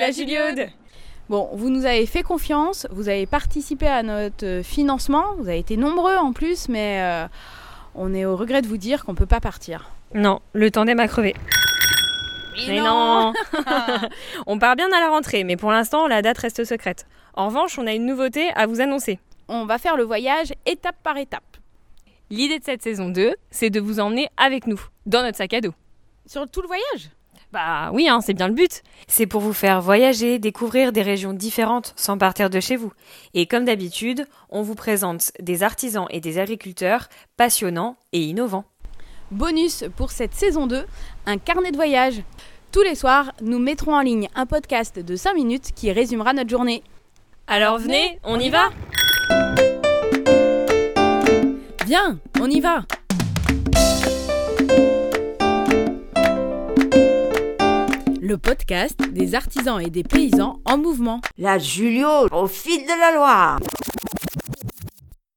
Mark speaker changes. Speaker 1: à Juliaude. Bon, vous nous avez fait confiance, vous avez participé à notre euh, financement, vous avez été nombreux en plus, mais euh, on est au regret de vous dire qu'on peut pas partir.
Speaker 2: Non, le tandem a crevé. Mais non On part bien à la rentrée, mais pour l'instant, la date reste secrète. En revanche, on a une nouveauté à vous annoncer.
Speaker 1: On va faire le voyage étape par étape.
Speaker 2: L'idée de cette saison 2, c'est de vous emmener avec nous, dans notre sac à dos.
Speaker 1: Sur tout le voyage
Speaker 2: Bah oui, hein, c'est bien le but. C'est pour vous faire voyager, découvrir des régions différentes sans partir de chez vous. Et comme d'habitude, on vous présente des artisans et des agriculteurs passionnants et innovants.
Speaker 1: Bonus pour cette saison 2, un carnet de voyage. Tous les soirs, nous mettrons en ligne un podcast de 5 minutes qui résumera notre journée.
Speaker 2: Alors venez, on y va
Speaker 1: Viens, on y va Le podcast des artisans et des paysans en mouvement.
Speaker 3: La Julio, au fil de la Loire.